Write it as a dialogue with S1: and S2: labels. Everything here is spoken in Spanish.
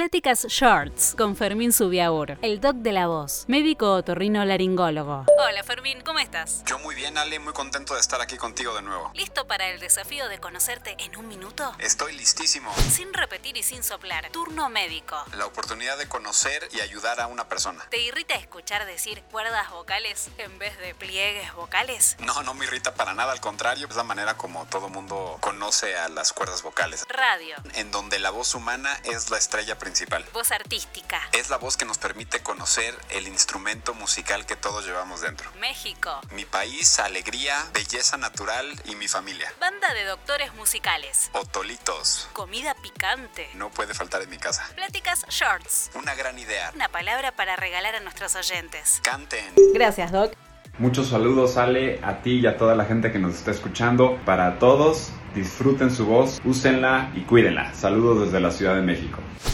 S1: Pláticas Shorts con Fermín Subiaur, el doc de la voz, médico otorrino laringólogo. Hola Fermín, ¿cómo estás?
S2: Yo muy bien, Ale, muy contento de estar aquí contigo de nuevo.
S1: ¿Listo para el desafío de conocerte en un minuto?
S2: Estoy listísimo.
S1: Sin repetir y sin soplar, turno médico.
S2: La oportunidad de conocer y ayudar a una persona.
S1: ¿Te irrita escuchar decir cuerdas vocales en vez de pliegues vocales?
S2: No, no me irrita para nada, al contrario, es la manera como todo mundo conoce a las cuerdas vocales,
S1: Radio,
S2: en donde la voz humana es la estrella principal.
S1: voz artística,
S2: Es la voz que nos permite conocer el instrumento musical que todos llevamos dentro.
S1: México,
S2: Mi país, alegría, belleza natural y mi familia.
S1: banda de doctores musicales,
S2: Otolitos.
S1: comida picante,
S2: No puede faltar en mi casa.
S1: Pláticas Shorts,
S2: Una gran idea.
S1: una palabra para regalar a nuestros oyentes.
S2: Canten.
S1: Gracias, Doc.
S3: Muchos saludos Ale a ti y a toda la gente que nos está escuchando. Para todos, disfruten su voz, úsenla y cuídenla. Saludos desde la Ciudad de México.